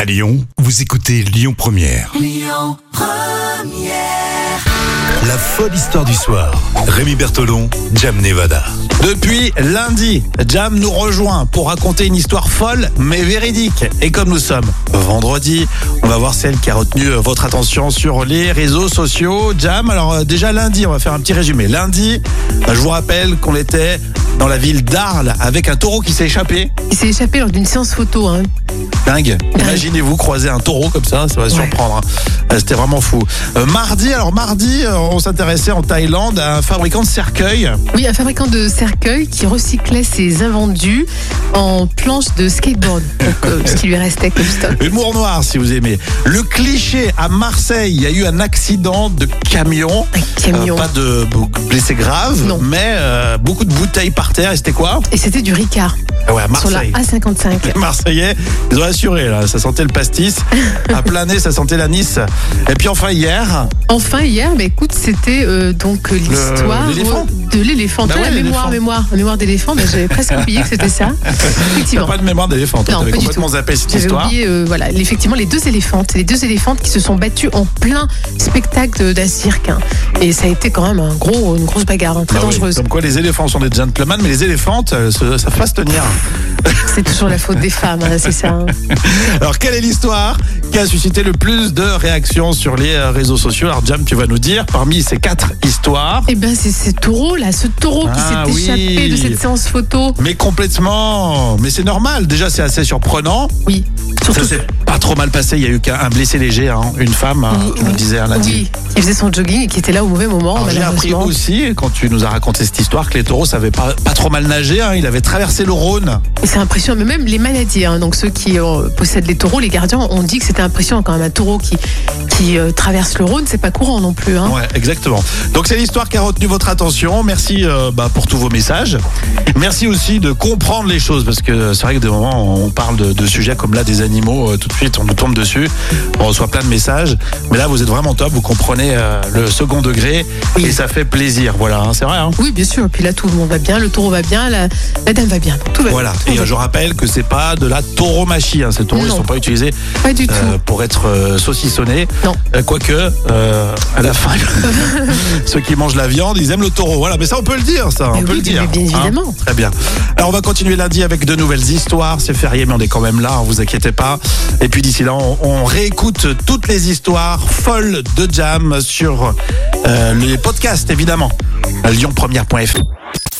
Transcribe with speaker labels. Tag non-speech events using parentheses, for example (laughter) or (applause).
Speaker 1: À Lyon, vous écoutez Lyon Première. La folle histoire du soir. Rémi Bertolon, Jam Nevada.
Speaker 2: Depuis lundi, Jam nous rejoint pour raconter une histoire folle mais véridique. Et comme nous sommes vendredi, on va voir celle qui a retenu euh, votre attention sur les réseaux sociaux. Jam, alors euh, déjà lundi, on va faire un petit résumé. Lundi, euh, je vous rappelle qu'on était dans la ville d'Arles avec un taureau qui s'est échappé.
Speaker 3: Il s'est échappé lors d'une séance photo. Hein.
Speaker 2: Dingue. Imaginez-vous croiser un taureau comme ça, ça va surprendre. hein. Euh, C'était vraiment fou. Euh, mardi, alors mardi, euh, on s'intéressait en Thaïlande à un fabricant de cercueils.
Speaker 3: Oui, un fabricant de cercueils qui recyclait ses invendus en planches de skateboard, donc,
Speaker 2: (laughs)
Speaker 3: euh, ce qui lui restait comme stock.
Speaker 2: Humour noir si vous aimez. Le cliché à Marseille, il y a eu un accident de camion.
Speaker 3: Un camion.
Speaker 2: Euh, pas de beaucoup de blessés graves,
Speaker 3: Non.
Speaker 2: mais euh, beaucoup de bouteilles par terre. Et c'était quoi
Speaker 3: Et c'était du Ricard
Speaker 2: Ah Ouais, à
Speaker 3: sur la
Speaker 2: Marseille.
Speaker 3: A55.
Speaker 2: Les (laughs) Marseillais, ils ont assuré, là. ça sentait le
Speaker 3: (laughs)
Speaker 2: pastis. À plein nez, ça sentait l'anis. Et puis enfin, hier,
Speaker 3: Enfin, hier, bah, écoute, c'était euh, donc euh, l'histoire
Speaker 2: l'éléphant.
Speaker 3: de l'éléphant.
Speaker 2: Bah
Speaker 3: Tu vois,
Speaker 2: ouais,
Speaker 3: la mémoire,
Speaker 2: l'éléphant.
Speaker 3: mémoire, mémoire d'éléphant, mais j'avais presque oublié que
Speaker 2: (laughs)
Speaker 3: c'était ça.
Speaker 2: t'as
Speaker 3: Effectivement.
Speaker 2: pas de mémoire d'éléphant. Toi,
Speaker 3: Non,
Speaker 2: T'avais
Speaker 3: pas du
Speaker 2: complètement
Speaker 3: tout.
Speaker 2: zappé cette
Speaker 3: J'avais
Speaker 2: histoire.
Speaker 3: oublié, euh, voilà, effectivement, les deux éléphantes, les deux éléphantes qui se sont battues en plein spectacle d'un cirque. hein. Et ça a été quand même un gros, une grosse bagarre, hein, très
Speaker 2: Bah oui,
Speaker 3: dangereuse.
Speaker 2: Comme quoi, les éléphants sont des gentlemen, mais les éléphantes, euh, se- ça fasse
Speaker 3: (laughs)
Speaker 2: tenir.
Speaker 3: C'est toujours
Speaker 2: (laughs)
Speaker 3: la faute des femmes, hein, c'est ça. hein.
Speaker 2: Alors, quelle est l'histoire qui a suscité le plus de réactions sur les euh, réseaux sociaux Alors, Jam, tu vas nous dire, parmi ces quatre histoires,
Speaker 3: Eh bien, c'est ce taureau là, ce taureau
Speaker 2: Ah
Speaker 3: qui s'est échappé
Speaker 2: oui.
Speaker 3: de cette séance photo.
Speaker 2: mais complètement. Mais c'est normal, déjà, c'est assez surprenant.
Speaker 3: Oui,
Speaker 2: Ça
Speaker 3: surtout.
Speaker 2: s'est pas trop mal passé, il y a eu qu'un un blessé léger, hein, une femme, hein,
Speaker 3: Oui,
Speaker 2: on
Speaker 3: oui.
Speaker 2: disait, hein, lundi.
Speaker 3: oui, qui faisait son jogging et qui était là au mauvais moment,
Speaker 2: Alors, J'ai appris
Speaker 3: malheureusement.
Speaker 2: Ah aussi, quand tu nous as raconté cette histoire, que les taureaux savaient pas, pas trop mal nager, hein, il avait traversé le Rhône.
Speaker 3: Et c'est impressionnant, mais même les maladies. hein, donc ceux qui euh, possèdent les taureaux, les gardiens, on dit que c'était impressionnant quand même. Un taureau qui, qui euh, traverse le Rhône, c'est pas courant non plus. Hein.
Speaker 2: Ouais, exactement. Donc c'est l'histoire qui a retenu votre attention. Merci euh, bah, pour tous vos messages. Merci aussi de comprendre les choses parce que c'est vrai que des moments on parle de, de sujets comme là des animaux euh, tout de suite on nous tombe dessus, on reçoit plein de messages. Mais là vous êtes vraiment top, vous comprenez euh, le second degré et ça fait plaisir. Voilà, hein, c'est vrai. hein.
Speaker 3: Oui, bien sûr. Et puis là, tout le monde va bien, le taureau va bien, la, la dame va bien. Donc, Tout va
Speaker 2: Voilà.
Speaker 3: bien.
Speaker 2: Et
Speaker 3: Tout va
Speaker 2: euh, je rappelle que c'est pas de la tauromachie. Hein. Ces taureaux ils
Speaker 3: Non.
Speaker 2: sont pas utilisés
Speaker 3: bien. Pas du tout.
Speaker 2: euh, pour être euh, saucissonnés.
Speaker 3: Non.
Speaker 2: Euh, Quoique, euh, à la fin, (laughs) ceux qui mangent la viande, ils aiment le taureau. Voilà, mais ça, on peut le dire, ça. on
Speaker 3: Mais
Speaker 2: peut
Speaker 3: Bah oui,
Speaker 2: le dire.
Speaker 3: mais bien
Speaker 2: hein.
Speaker 3: évidemment.
Speaker 2: Très bien. Alors, on va continuer lundi avec de nouvelles histoires. C'est férié, mais on est quand même là, hein, vous inquiétez pas. Et puis d'ici là, on, on réécoute toutes les histoires folles de Jam sur euh, les podcasts, évidemment. à lyonpremière.fr.